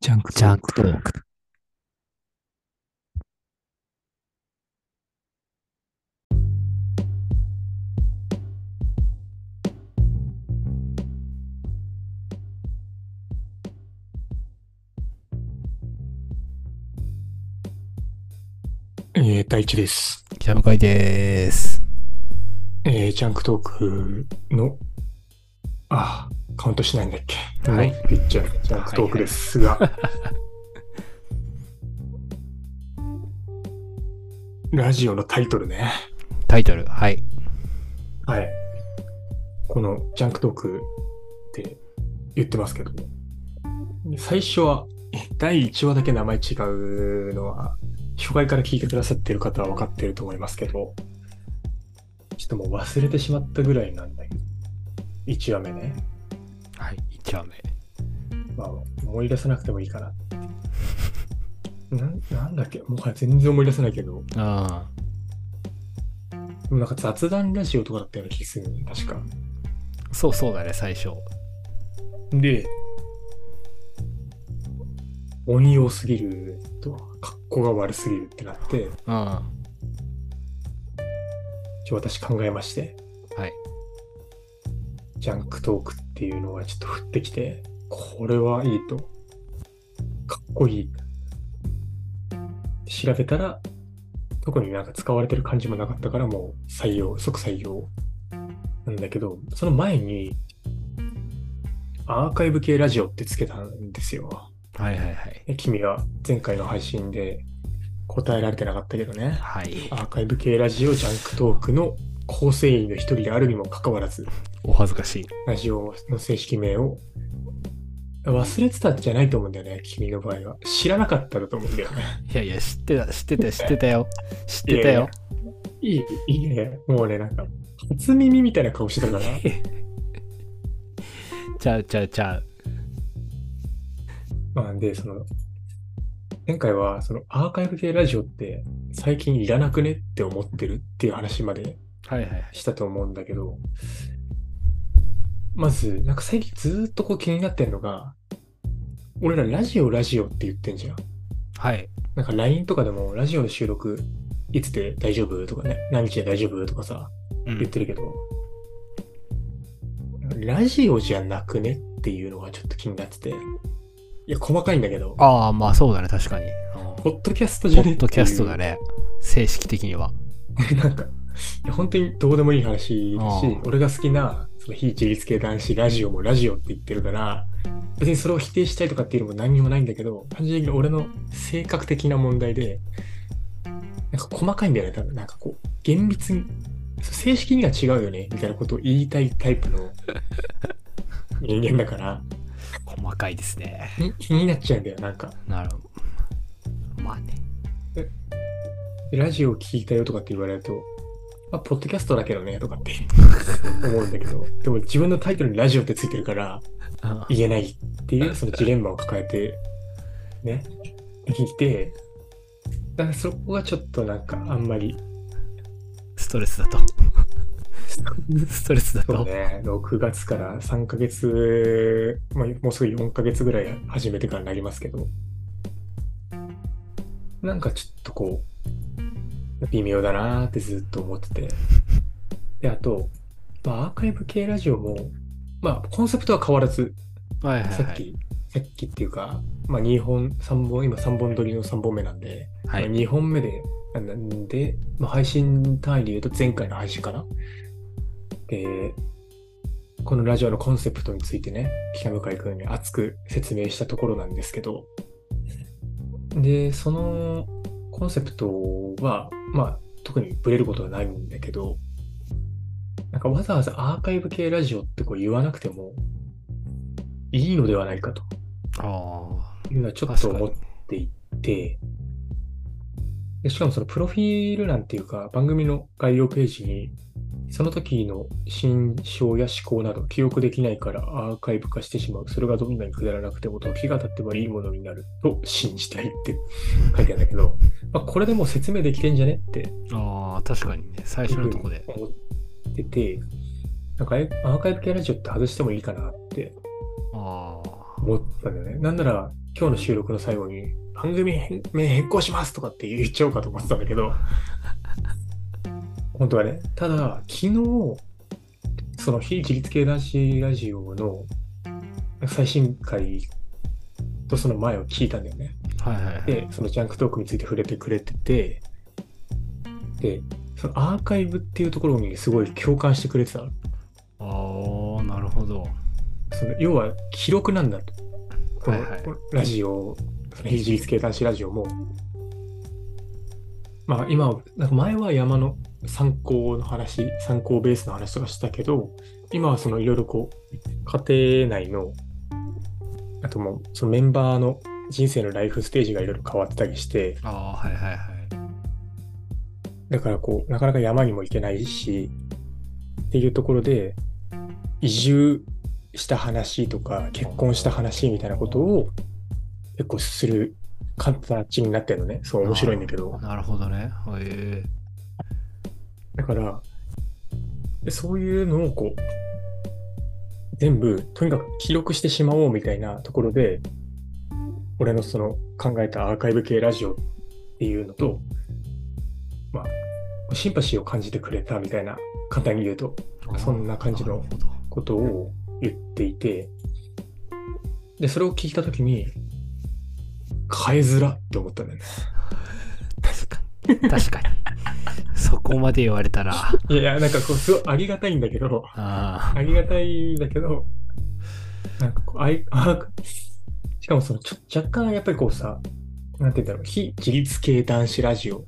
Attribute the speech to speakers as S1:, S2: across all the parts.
S1: ジャンク
S2: ジャンクトーク。
S1: えー、大地です。
S2: 北向井です。
S1: えー、ジャンクトークの、あー、カウントしないんだっけ。
S2: はい
S1: の。ピッチャー、ジャンクトークです が。ラジオのタイトルね。
S2: タイトル、はい。
S1: はい。このジャンクトークって言ってますけど、最初は、え第1話だけ名前違うのは、初回から聞いてくださってる方は分かってると思いますけど、ちょっともう忘れてしまったぐらいなんだけど、1話目ね。
S2: はい、1話目。
S1: まあ、思い出さなくてもいいかな。なんなんだっけもはや全然思い出せないけど、
S2: あ
S1: でもなんか雑談ラジオとかだったような気がするね、確か。
S2: あ、そうそうだね、最初。
S1: で、音用すぎると、格好が悪すぎるってなって、
S2: うん。は
S1: ちょ私考えまして、
S2: い。
S1: ジャンクトークっていうのがちょっと降ってきて、これはいいと。かっこいい。調べたら、特になんか使われてる感じもなかったから、もう採用、即採用。なんだけど、その前に、アーカイブ系ラジオってつけたんですよ。
S2: はいはいはい。
S1: え君は前回の配信で答えられてなかったけどね。
S2: はい
S1: ア。ーカイブ系ラジオジャンクトークの構成員の一人であるにもかかわらず、
S2: お恥ずかしい。
S1: ラジオの正式名を忘れてたんじゃないと思うんだよね、君の場合は。知らなかっただと思うんだよね。
S2: いやいや、知ってた、知ってた、知ってたよ。知ってたよ。
S1: いい、いいね。もうね、なんか、初耳みたいな顔してたから。
S2: ちゃうちゃうちゃう。
S1: まあ、で、その、前回は、そのアーカイブ系ラジオって最近いらなくねって思ってるっていう話まで
S2: はいはいはい。
S1: したと思うんだけど、まず、なんか最近ずーっとこう気になってんのが、俺らラジオラジオって言ってんじゃん。
S2: はい。
S1: なんか LINE とかでもラジオの収録いつで大丈夫とかね、何日で大丈夫とかさ、
S2: う
S1: 言っ
S2: ん、
S1: てるけど、ラジオじゃなくねっていうのがちょっと気になってて、いや、細かいんだけど、
S2: ああ、まあそうだね、確かに。うん
S1: ポッドキャストじ
S2: ポ
S1: ゃね
S2: ッドキャストだ
S1: ね。
S2: ね。正式的には。
S1: なんか、いや本当にどうでもいい話だし
S2: あ、
S1: 俺が好きなその非自立系男子ラジオもラジオって言ってるから、別にそれを否定したいとかっていうのも何にもないんだけど、単純に俺の性格的な問題で、なんか細かいんだよね、多分。なんかこう、厳密に、そう正式には違うよね、みたいなことを言いたいタイプの人間だから、
S2: 細かいですね。
S1: 気気になっちゃうんだよ、なんか。
S2: なるほど。まあね。
S1: でラジオ聞いたよとかって言われると、まあ、ポッドキャストだけどねとかって思うんだけど、でも自分のタイトルにラジオってついてるから
S2: うん
S1: 言えないっていうそのジレンマを抱えて、ね、聞いて、だからそこがちょっとなんかあんまり、
S2: ストレ スだと。ストレスだ
S1: そう
S2: と。
S1: ね、6月から3ヶ月、まあ、もうすぐ4ヶ月ぐらい始めてからなりますけど、なんかちょっとこう、微妙だなーってずっと思ってて。で、あと、まあ、アーカイブ系ラジオも、まあ、コンセプトは変わらず、
S2: はいはい
S1: さ
S2: は
S1: っ
S2: い。
S1: き、さっきっていうか、まあ、2本、3本、今3本撮りの3本目なんで、
S2: は
S1: まあ
S2: い。
S1: 2本目で、なんで、まあ、配信単位で言うと前回の配信かな。で、このラジオのコンセプトについてね、北向井君に熱く説明したところなんですけど、で、そのコンセプトは、まあ、特にブレることはないんだけど、なんかわざわざアーカイブ系ラジオってこう言わなくてもいいのではないかと
S2: あ
S1: いうのはち
S2: あ。
S1: ょっと
S2: 確か
S1: 思っ
S2: に。
S1: っていって、でしかもそのプロフィールなんていうか、番組の概要ページに、その時の心象や思考など記憶できないからアーカイブ化してしまう。それがどんなにくだらなくても時が経ってばいいものになると信じたいって 書いてあるんだけど、まあ、これでもう説明できてんじゃねって
S2: ああ、確かにね。最初のとこで。
S1: 思ってて、なんかアーカイブ系ラジオって外してもいいかなって
S2: ああ。
S1: 思ったんだよね。なんなら、今日の収録の最後に、番組変名変更しますとかって言っちゃおうかと思ってたんだけど、 本当はね。ただ、昨日、その非自立系男子ラジオの最新回とその前を聞いたんだよね。
S2: はいはいはい。
S1: で、そのジャンクトークについて触れてくれてて、で、そのアーカイブっていうところにすごい共感してくれてたの。
S2: ああ、なるほど。
S1: その要は記録なんだと。この
S2: はいはい
S1: ラジオ、その非自立系男子ラジオも、まあ今、なんか前は山の参考の話、参考ベースの話とかしたけど、今はそのいろいろこう、家庭内の、あともうそのメンバーの人生のライフステージがいろいろ変わってたりして、
S2: ああ、はいはいはい。
S1: だからこう、なかなか山にも行けないし、っていうところで、移住した話とか、結婚した話みたいなことを結構する形になってるのね。そう、面白いんだけど。
S2: なるほどね。へえ
S1: だから、でそういうのをこう、全部、とにかく記録してしまおうみたいなところで、俺のその考えたアーカイブ系ラジオっていうのと、まあ、シンパシーを感じてくれたみたいな、簡単に言うと、そんな感じの
S2: なるほど
S1: ことを言っていて、で、それを聞いたときに、変えづらって思ったんだよね。
S2: 確かに。確かに。そこまで言われたら、あ
S1: いやいや、なんかこう、すごいありがたいんだけど、
S2: あ
S1: ありがたいんだけど、なんかこう、あい、あ、しかもその、ちょ、若干やっぱりこうさ、なんて言うんだろう、非自立系男子ラジオ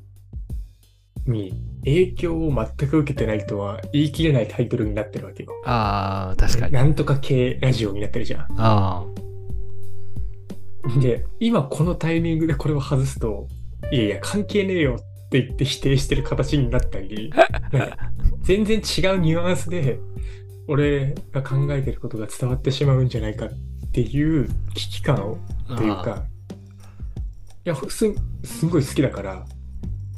S1: に影響を全く受けてないとは言い切れないタイトルになってるわけよ。
S2: ああ、確かに。
S1: なんとか系ラジオになってるじゃ
S2: あ
S1: ん。 で、今このタイミングでこれを外すと、いやいや、関係ねえよって言って否定してる形になったり、なんか全然違うニュアンスで、俺が考えてることが伝わってしまうんじゃないかっていう危機感を
S2: あ。
S1: というか、いや、普通にすごい好きだから、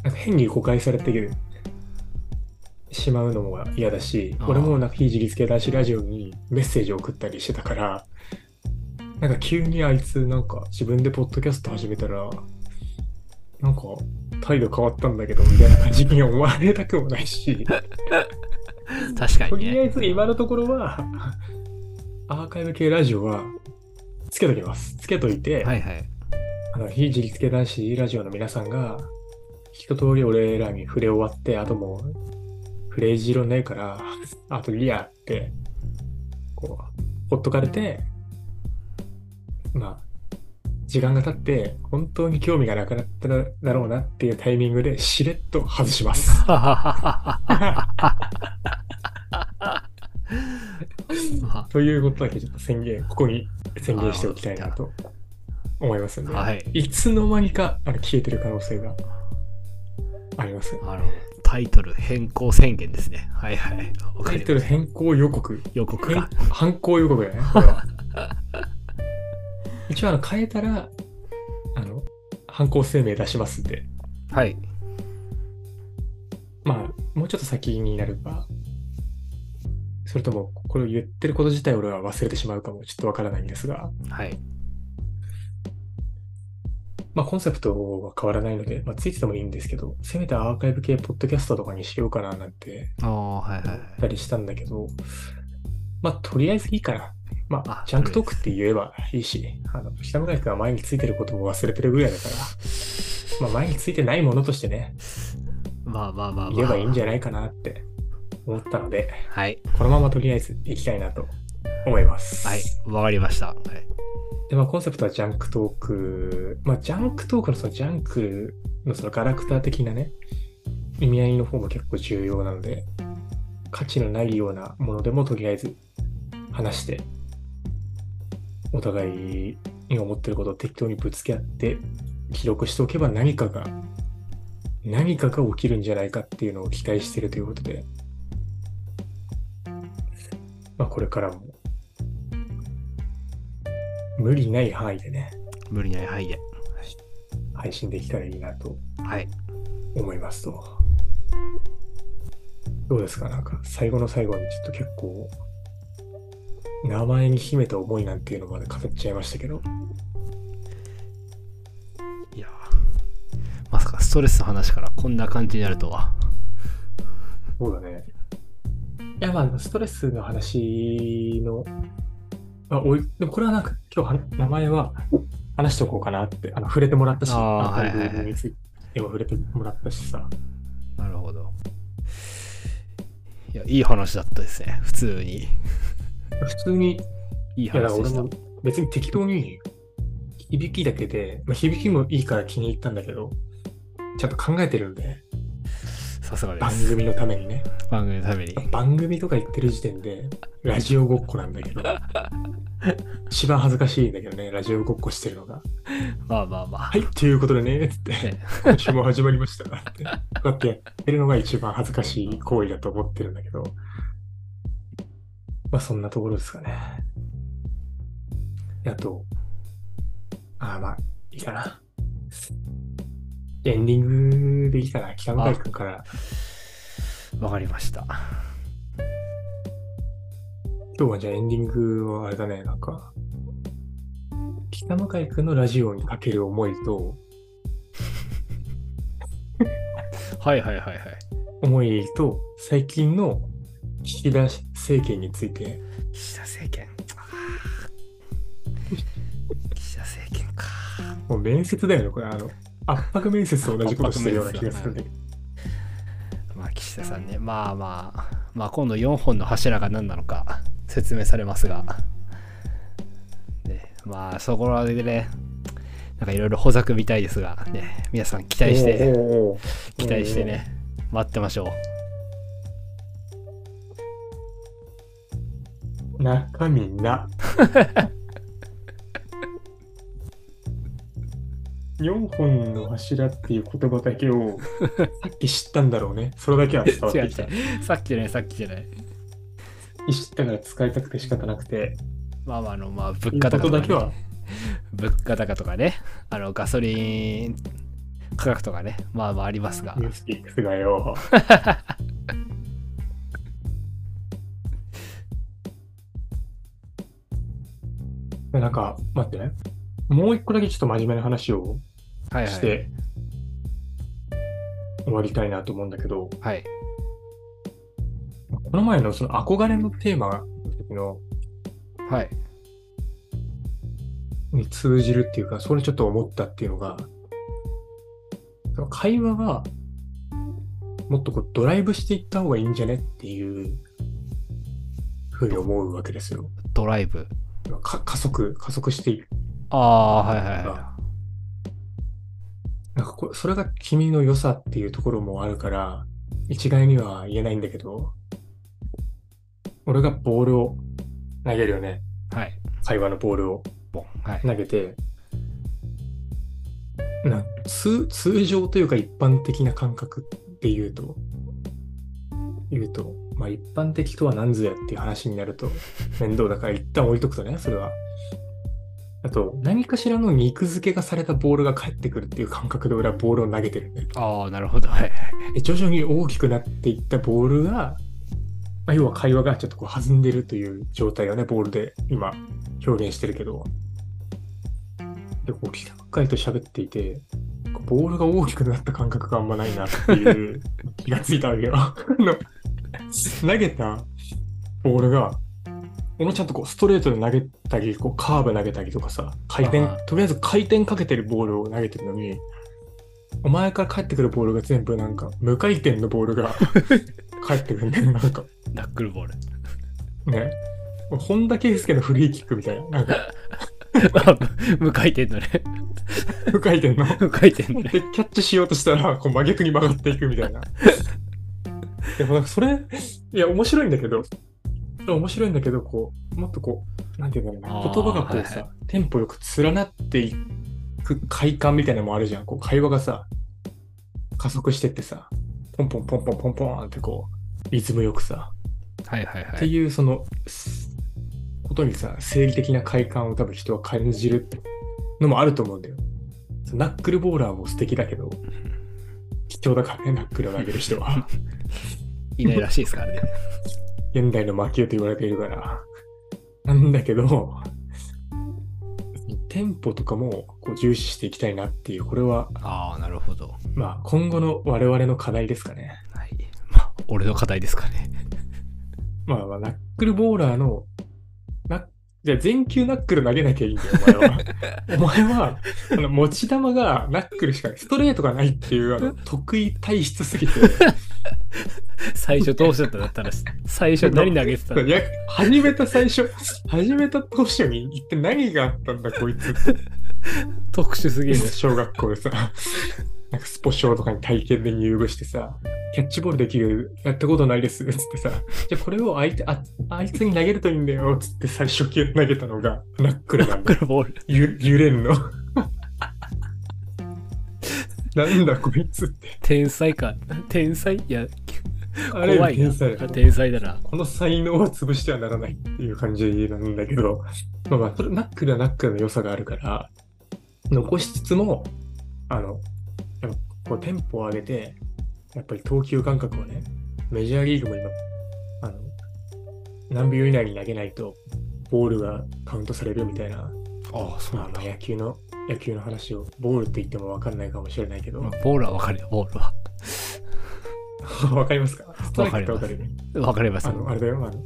S1: なんか変に誤解されてしまうのも嫌だし
S2: あ、ー
S1: 俺もなんか非自立系男子ラジオにメッセージを送ったりしてたから、なんか急にあいつなんか自分でポッドキャスト始めたら、なんか態度変わったんだけどみたいな感じに思われたくもない し、
S2: うん確か
S1: と
S2: にね。
S1: りあえず今のところは、アーカイブ系ラジオはつけときます。つけといて、
S2: はい はい。
S1: あの、非自立系男子ラジオの皆さんが、一通り俺らに触れ終わって、あともう、フレージ色ねえから、あとリアって、こう、ほっとかれて、まあ、時間が経って、本当に興味がなくなっただろうなっていうタイミングで、しれっと外 します。
S2: はははは
S1: ということだけちょっと宣言、ここに宣言しておきたいなと思いますんで、
S2: はい。
S1: いつの間にかあの消えてる可能性があります。
S2: あの、タイトル変更宣言ですね。はいはい。わかり
S1: タイ
S2: まし
S1: トル変更予告。
S2: た予告か。
S1: 犯行予告だ よね、これは。一応あの変えたら、あの、犯行声明出しますんで、
S2: はい。
S1: まあ、もうちょっと先になるか、それとも、これを言ってること自体俺は忘れてしまうかも、ちょっとわからないんですが、
S2: はい。
S1: まあ、コンセプトは変わらないので、まあ、ついててもいいんですけど、せめてアーカイブ系ポッドキャストとかにしようかななんて
S2: ああ、はいはい
S1: ったりしたんだけど、まあ、とりあえずいいから、まあ
S2: あ、
S1: ジャンクトークって言えばいいし、あの、北村君は前についてることを忘れてるぐらいだから、まあ、前についてないものとしてね、
S2: まあまあまあまあ。
S1: 言えばいいんじゃないかなって思ったので、
S2: はい。
S1: このままとりあえず行きたいなと思います。
S2: はい。わかりました。はい。
S1: で、まあ、コンセプトはジャンクトーク、まあ、ジャンクトークのそのジャンクのそのガラクター的なね、意味合いの方も結構重要なので、価値のないようなものでもとりあえず話して、お互いに思ってることを適当にぶつけ合って、記録しておけば何かが、何かが起きるんじゃないかっていうのを期待してるということで、まあ、これからも、無理ない範囲でね、
S2: 無理ない範囲で。
S1: 配信できたらいいなと
S2: はい。
S1: 思いますと。どうですかなんか最後の最後にちょっと結構名前に秘めた思いなんていうのまで語っちゃいましたけど、
S2: いやーまさかストレスの話からこんな感じになるとは。
S1: そうだね。いや、まあ、ストレスの話の、あ、おい、でもこれはなんか、今日は名前は話しておこうかなって、あの触れてもらったし、
S2: あー
S1: の
S2: はいはいはい
S1: ルールについても触れてもらったしさ、
S2: なるほど。いや、いい話だったですね。普通に。
S1: 普通に、い
S2: いい
S1: や、だから
S2: 話で
S1: 俺
S2: した。
S1: も別に適当に、響きだけで、まあ、響きもいいから気に入ったんだけど、ちゃんと考えてるんで、
S2: さすがで
S1: 番
S2: す。
S1: 組のためにね。
S2: 番組のために。
S1: 番組とか言ってる時点でラジオごっこなんだけ ど一番恥ずかしいんだけどねラジオごっこしてるのが「
S2: まあまあまあ
S1: は。い」っていうことでねつって
S2: ね
S1: 「今週も始まりました」ってこうやってやってるのが一番恥ずかしい行為だと思ってるんだけどまあそんなところですかねであとああまあいいかなエンディングでいいかな北向井君から
S2: わかりました。
S1: 今日はじゃあエンディングはあれだね、なんか、北向井くんのラジオにかける思いと、
S2: はいはいはいはい。
S1: 思いと、最近の岸田政権について、
S2: 岸田政権。岸田政権か。
S1: もう面接だよね、これ、あの、圧迫面接と同じことしてるような気がするんだけど、
S2: まあ岸田さんね。まあまあ。まあ今度4本の柱が何なのか説明されますが。ね、まあそこらでね、なんかいろいろ補作みたいですが、ね、皆さん期待して。
S1: おうおうおう
S2: 期待してね、待ってましょう
S1: 中身 な。4本の柱っていう言葉だけをさっき知ったんだろうね。それだけは伝わっ てきた。
S2: さっきじゃないさっきじゃない
S1: 知ったから使いたくて仕方なくて、
S2: まあまああのまあ
S1: い
S2: 物
S1: う
S2: 価
S1: こ
S2: 高
S1: と
S2: とか、
S1: だ
S2: ね
S1: け、は
S2: 物価高とかねあのガソリン価格とかねまあまあありますが
S1: ニュースピックスがよ。 なんか、待ってね。もう一個だけちょっと真面目な話を
S2: はいは
S1: し
S2: い
S1: て終わりたいなと思うんだけど、
S2: はい
S1: この前のその憧れのテーマの時の
S2: はい
S1: に通じるっていうか、それちょっと思ったっていうのが、その会話がもっとこうドライブしていった方がいいんじゃねっていうふうに思うわけですよ。
S2: ドライブ
S1: か加速、加速していく。
S2: ああはいはいは
S1: あなんかこれそれが君の良さっていうところもあるから、一概には言えないんだけど、俺がボールを投げるよね。
S2: いはい
S1: 会話のボールを
S2: ボンはい
S1: 投げて、な通通常というか一般的な感覚っていうと、言うと、まあ一般的とは何ぞやっていう話になると面倒だから一旦置いとくとね、それは。あと、何かしらの肉付けがされたボールが返ってくるっていう感覚で俺はボールを投げてるんだよ
S2: ああなるほどはい
S1: で徐々に大きくなっていったボールが、まあ、要は会話がちょっとこう弾んでるという状態をね、ボールで今表現してるけど、で、こう、機械と喋っていて、こうボールが大きくなった感覚があんまないなっていう気がついたわけよ。あの投げたボールが、俺もちゃんとこうストレートで投げたり、こうカーブ投げたりとかさ、回転
S2: あは、
S1: とりあえず回転かけてるボールを投げてるのに、お前から返ってくるボールが全部なんか、無回転のボールが返ってくるんだよ、なんか。
S2: ナックルボー ル
S1: ね。本田圭佑のフリーキックみたいな、なんか、
S2: 無回転のね
S1: 無回転の。
S2: 無回転のね
S1: で、キャッチしようとしたら、こう真逆に曲がっていくみたいな。 でもなんかそれ、いや、面白いんだけど、面白いんだけど、こう、もっとこう、なんていうんだろう
S2: あ
S1: な、
S2: ー
S1: 言葉がこうさ、
S2: はい
S1: テンポよく連なっていく快感みたいなのもあるじゃん。こう、会話がさ、加速してってさ、ポンポンポンポンポンポンってこう、リズムよくさ、
S2: はいはい
S1: っ
S2: は
S1: て
S2: い
S1: いうその、すことにさ、生理的な快感を多分人は感じるのもあると思うんだよ。そのナックルボーラーも素敵だけど、貴重だからね、ナックルを投げる人は。
S2: いないらしいですからね
S1: 現代の魔球と言われているから。なんだけど、テンポとかもこう重視していきたいなっていう、これは、
S2: ああ、なるほど。
S1: まあ、今後の我々の課題ですかね。
S2: はい。まあ、俺の課題ですかね。
S1: まあ、まあ、ナックルボーラーの、なじゃあ全球ナックル投げなきゃいいんだよ、お前は。お前は、あの持ち球がナックルしかない、ストレートがないっていう、あの得意体質すぎて、
S2: 最初どうしようってな ったら、最初何投げてたの
S1: いや始めた最初、始めた当初に一体何があったんだ、こいつって
S2: 特殊すぎる。
S1: 小学校でさ、なんかスポ少とかに体験で入部してさ、キャッチボールできる、やったことないです、つってさ、じゃあこれを相手、あ、あいつに投げるといいんだよ、つって最初球投げたのが、ナックルなんだ
S2: ナック
S1: よ。
S2: ルボール。
S1: ゆ揺 れんの。なんだこいつって。
S2: 天才か。天才いや、
S1: あれ
S2: 怖いな
S1: 天才。。
S2: 天才だな。
S1: この才能は潰してはならないっていう感じなんだけど、まあまあ、それナックルはナックルの良さがあるから、残しつつも、あの、やっぱこうテンポを上げて、やっぱり投球間隔をね、メジャーリーグも今、あの、何秒以内に投げないと、ボールがカウントされるみたいな、
S2: ああ、そ
S1: まあ、まあ野球の、野球の話を、ボールって言っても分かんないかもしれないけど、
S2: ボールはわかるよ、ボールは。
S1: 分かりますかストライクって分かるよね。
S2: わかります
S1: あ。の、あれだよ、あの、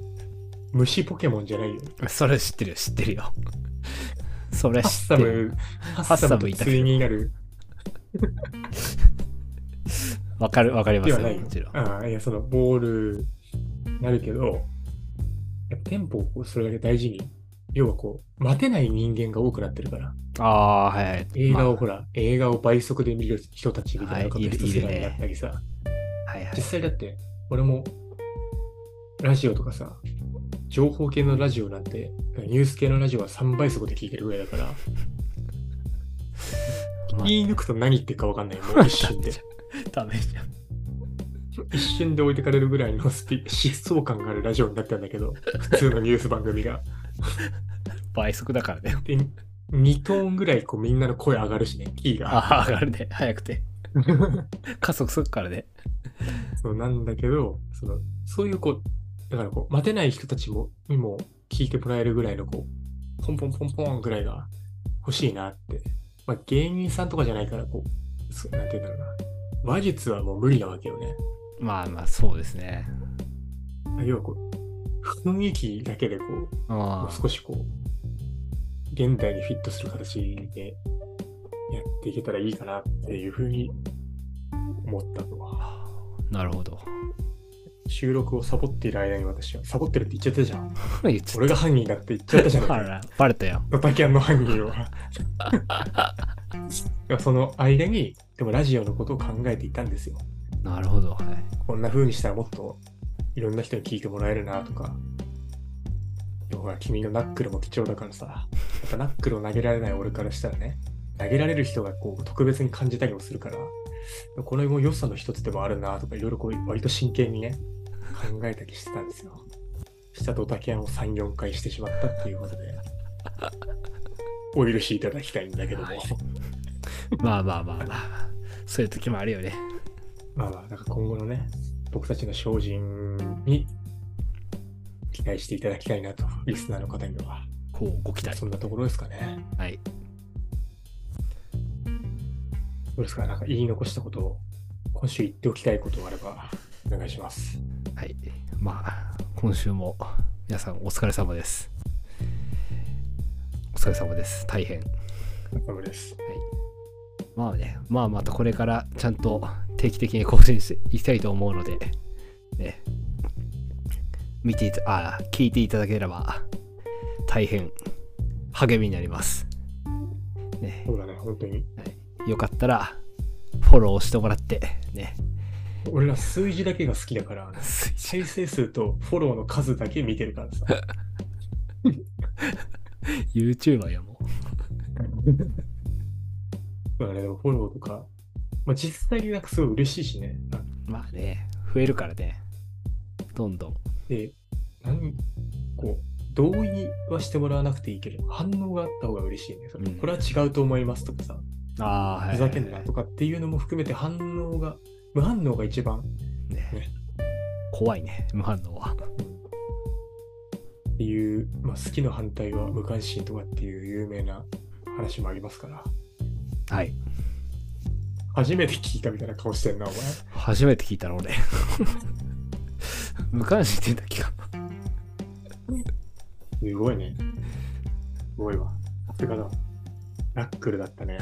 S1: 虫ポケモンじゃないよ。
S2: それ知ってるよ、知ってるよ。それ
S1: ハッ
S2: 知
S1: サ
S2: ってる。
S1: ム、ハ
S2: ッ
S1: ッ
S2: サ
S1: サ
S2: ム
S1: ム
S2: いた
S1: と
S2: けど
S1: 対になる
S2: わかる、わかります
S1: では
S2: よ、
S1: ない
S2: もちろん。
S1: ああ、いや、そのボールなるけど、やっぱテンポをこうそれだけ大事に、要はこう、待てない人間が多くなってるから、
S2: ああ、はいはい。
S1: 映画
S2: ま
S1: をほら、映画を倍速で見る人たちみたいな
S2: は
S1: こ
S2: いい
S1: と
S2: る
S1: 一世代になったりさ、
S2: あはいはい
S1: 実。際だって、俺も、ラジオとかさ、情報系のラジオなんて、ニュース系のラジオは3倍速で聞いてるぐらいだから、
S2: まあ
S1: 言い抜くと何言ってるか分かんない、もう一瞬で。
S2: ダメじゃん。
S1: 一瞬で置いてかれるぐらいのスピ疾走感があるラジオになったんだけど、普通のニュース番組が。
S2: 倍速だからね。
S1: で、2トーンぐらいこうみんなの声上がるしね、キーが。
S2: ああ、上がるね。早くて。加速するからね。
S1: そうなんだけどその、そういうこう、だからこう、待てない人たちもにも聞いてもらえるぐらいのこう、ポンポンポンポンぐらいが欲しいなって。まあ芸人さんとかじゃないから、こう、そうなんて言うんだろうな。話術はもう無理なわけよね。
S2: まあまあ、そうですね。
S1: 要はこう、雰囲気だけでこう、
S2: あ
S1: もう少しこう、現代にフィットする形でやっていけたらいいかなっていうふうに思ったのは、
S2: あ、なるほど。
S1: 収録をサボっている間に私は、サボってるって言っちゃったじゃん。
S2: 言っちゃっ
S1: 俺が犯人だって言っちゃったじ ゃ
S2: た。あ
S1: ん。
S2: ら、バレたよ。
S1: ドタキャンの犯人は。いやその間に、でもラジオのことを考えていたんですよ。
S2: なるほど。はい。
S1: こんな風にしたらもっといろんな人に聞いてもらえるなとか。でもほら、君のナックルも貴重だからさ。やっぱナックルを投げられない俺からしたらね、投げられる人がこう特別に感じたりもするから、これも良さの一つでもあるなとか、いろいろこう割と真剣にね、考えたりしてたんですよ。したドタキャンを3、4回してしまったっていうことで、お許しいただきたいんだけども。
S2: はいまあまあまあまあ。そういう時もあるよね。
S1: まあまあ、なんか今後のね、僕たちの精進に期待していただきたいなと、リスナーの方には。
S2: こう、ご期待。
S1: そんなところですかね。
S2: はい。
S1: どうですか、なんか言い残したことを、今週言っておきたいことがあれば、お願いします。
S2: はい。まあ、今週も皆さんお疲れ様です。お疲れ様です。大変。
S1: お疲れです。
S2: まあね、まあまたこれからちゃんと定期的に更新していきたいと思うので、ね、見ていた、あ、聞いていただければ大変励みになります。ね、
S1: そうだね、本当に。
S2: よかったらフォローしてもらって、ね、
S1: 俺ら数字だけが好きだから、再生数とフォローの数だけ見てるからさ。
S2: YouTuber やもう。
S1: そうだね、でもフォローとか、まあ、実際になんかすごい嬉しいしね。なんか
S2: まあね、増えるからね、どんどん。
S1: で、なんこう、同意はしてもらわなくていいけど、反応があった方が嬉しいね。それ
S2: うん
S1: これは違うと思いますとかさ、
S2: ああ、はい。
S1: ふざけんなとかっていうのも含めて反応が、無反応が一番、
S2: ね怖いね、無反応は。
S1: っていう、まあ、好きの反対は無関心とかっていう有名な話もありますから、
S2: はい。
S1: 初めて聞いたみたいな顔してるな、お前。
S2: 初めて聞いたの俺。 無関心って言うんだっけか。
S1: すごいね。すごいわ。さすがだわ。ナックルだったね。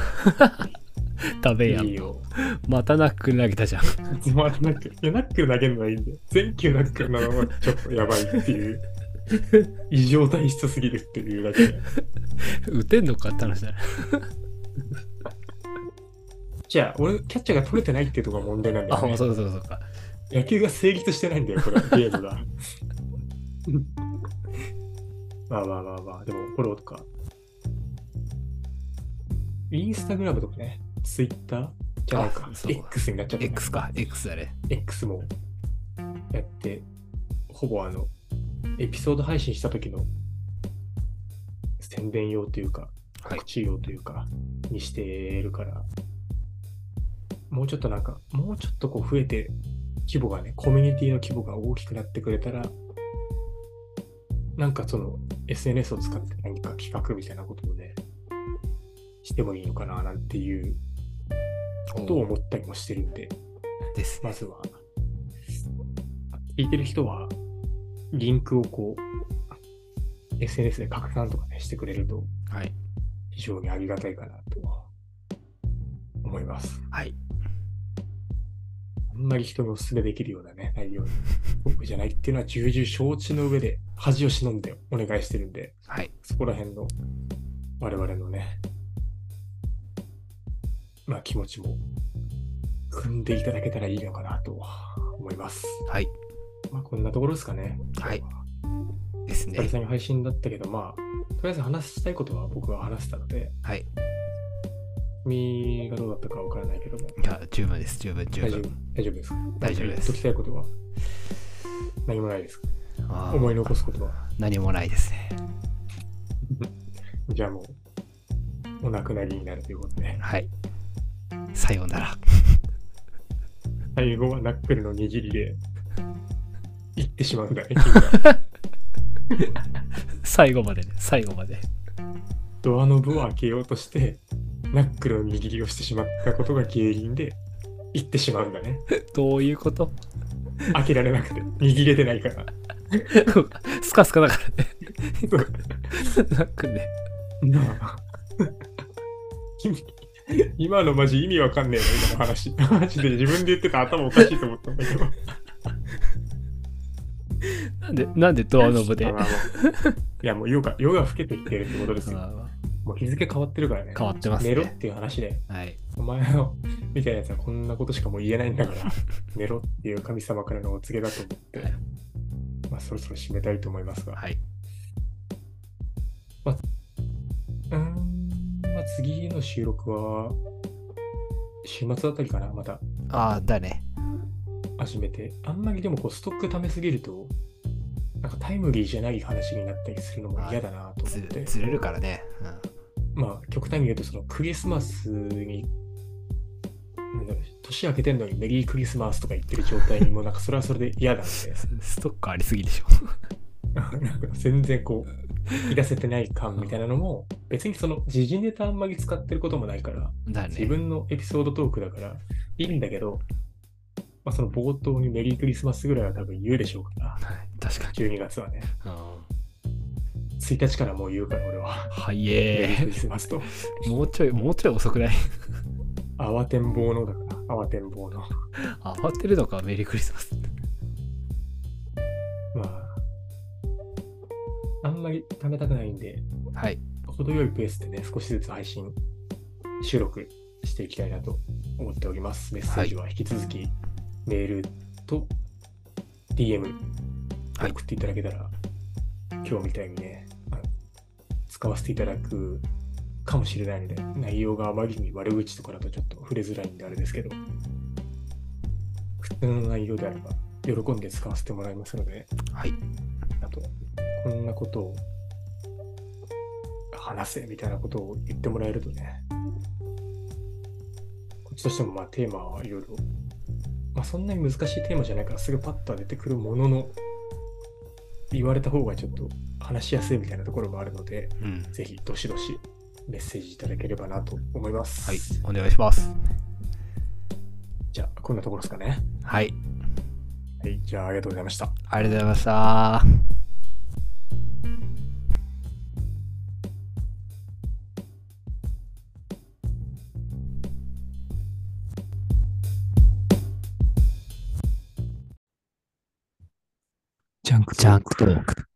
S2: 食べ
S1: い
S2: やん
S1: い。よ。
S2: またナックル投げた じゃん。
S1: つまらなく。いや、ナックル投げるのはいいんだよ。全球ナックルなのはちょっとやばいっていう。異常体質すぎるっていうだけで。
S2: 打てんのかって話だね。
S1: じゃあ、俺、キャッチャーが取れてないっていうところが問題なんだ
S2: あ、
S1: よ、
S2: そう
S1: ね。
S2: そうそうか。
S1: 野球が成立してないんだよ、これ、ゲームが。まあまあまあまあ、でも、フォローとか。インスタグラムとかね、ツイッターじゃないか
S2: あ。そう
S1: X になっちゃった、ね。
S2: X か、X だね。
S1: X もやって、ほぼあの、エピソード配信した時の宣伝用というか、
S2: はい
S1: 告。知用というか、にしてるから、もうちょっとなんか、もうちょっとこう増えて、規模がね、コミュニティの規模が大きくなってくれたら、なんかその SNS を使って何か企画みたいなこともね、してもいいのかななんていうことを思ったりもしてるんで、
S2: ですね。
S1: まずは、聞いてる人は、リンクをこう、SNS で拡散とかね、してくれると、
S2: はい。
S1: 非常にありがたいかなと思います。
S2: はい。
S1: あんまり人にお勧めできるようなね、内容に僕じゃないっていうのは重々承知の上で恥を忍んでお願いしてるんで、
S2: はい。
S1: そこら辺の我々のね、まあ気持ちも組んでいただけたらいいのかなと思います。
S2: はい。
S1: まあこんなところですかね。
S2: はい。です
S1: 久
S2: ね。
S1: 々に配信だったけど、まあ、とりあえず話したいことは僕は話したので、
S2: はい。
S1: 君がどうだったかわからないけども、
S2: いや、十分です。十分、十
S1: 大丈夫
S2: 分。
S1: 大丈夫ですか
S2: 大丈夫です
S1: 解きたいことは何もないですか
S2: あー
S1: 思い残すことは。
S2: 何もないですね。
S1: じゃあもう、お亡くなりになるということで、
S2: はい。さようなら。
S1: 最後はナックルの握りで、行ってしまうんだね、君は
S2: 最後までね。最後まで。
S1: ドアノブを開けようとして、ナックルの握りをしてしまったことが原因で、行ってしまうんだね。
S2: どういうこと
S1: 開けられなくて、握れてないから。
S2: スカスカだからね。なんかね。
S1: なあ君今のマジ意味わかんねえの今の話。マジで自分で言ってた頭おかしいと思ったんだけど。
S2: なんで、なんでドアノブで。
S1: まあ
S2: あ
S1: まあもういやもう夜が夜が更けてきてるってことですよ。
S2: ー
S1: もう日付変わってるからね。
S2: 変わってますね
S1: 寝ろっていう話で、
S2: はい。
S1: お前のみたいなやつはこんなことしかもう言えないんだから、 寝ろっていう神様からのお告げだと思っ
S2: は
S1: て
S2: い、
S1: まあそろそろ締めたいと思いますが。
S2: はい。
S1: うーん、まあ次の収録は、週末あたりかな、また。
S2: ああ、だね。
S1: 始めて、あんまりでもこうストック貯めすぎると、なんかタイムリーじゃない話になったりするのも嫌だなと思
S2: ず
S1: って、
S2: ずれるからね。うん
S1: まあ極端に言うとそのクリスマスに、なんだろう年明けてんのにメリークリスマスとか言ってる状態にもなんかそれはそれで嫌なんで、
S2: ストックありすぎでしょ。
S1: なんか全然こう、引き出せてない感みたいなのも、別にその時事ネタあんまり使ってることもないから、
S2: だ
S1: 自
S2: ね。
S1: 分のエピソードトークだからいいんだけど、まあその冒頭にメリークリスマスぐらいは多分言うでしょうから、
S2: はい確かに。
S1: 12月はね。
S2: うん
S1: 1日からもう言うから俺は。
S2: はい
S1: メリーク
S2: え
S1: リスマスと。
S2: ー。もうちょい、もうちょい遅くない
S1: 慌てんぼうのだから、慌てんぼうの。ま
S2: 慌てるのか、メリークリスマス。
S1: あ、あんまり貯めたくないんで、
S2: はい。
S1: 程よいペースでね、少しずつ配信、収録していきたいなと思っております。メッセージは引き続き、メールと DM
S2: はい
S1: 送っていただけたら、今日みたいにね、あの使わせていただくかもしれないので、内容があまりに悪口とかだとちょっと触れづらいんであれですけど、普通の内容であれば、喜んで使わせてもらいますので、
S2: はい。
S1: あと、こんなことを話せみたいなことを言ってもらえるとね、こっちとしてもまあテーマはいろいろ、まあそんなに難しいテーマじゃないからすぐパッとは出てくるものの、言われた方がちょっと話しやすいみたいなところもあるので、
S2: うん。
S1: ぜひどしどしメッセージいただければなと思います。
S2: はい、お願いします。
S1: じゃあ、こんなところですかね。
S2: はい、
S1: はい、じゃあ、ありがとうございました。
S2: ありがとうございました。
S1: ジャンク
S2: ジャンクトーク。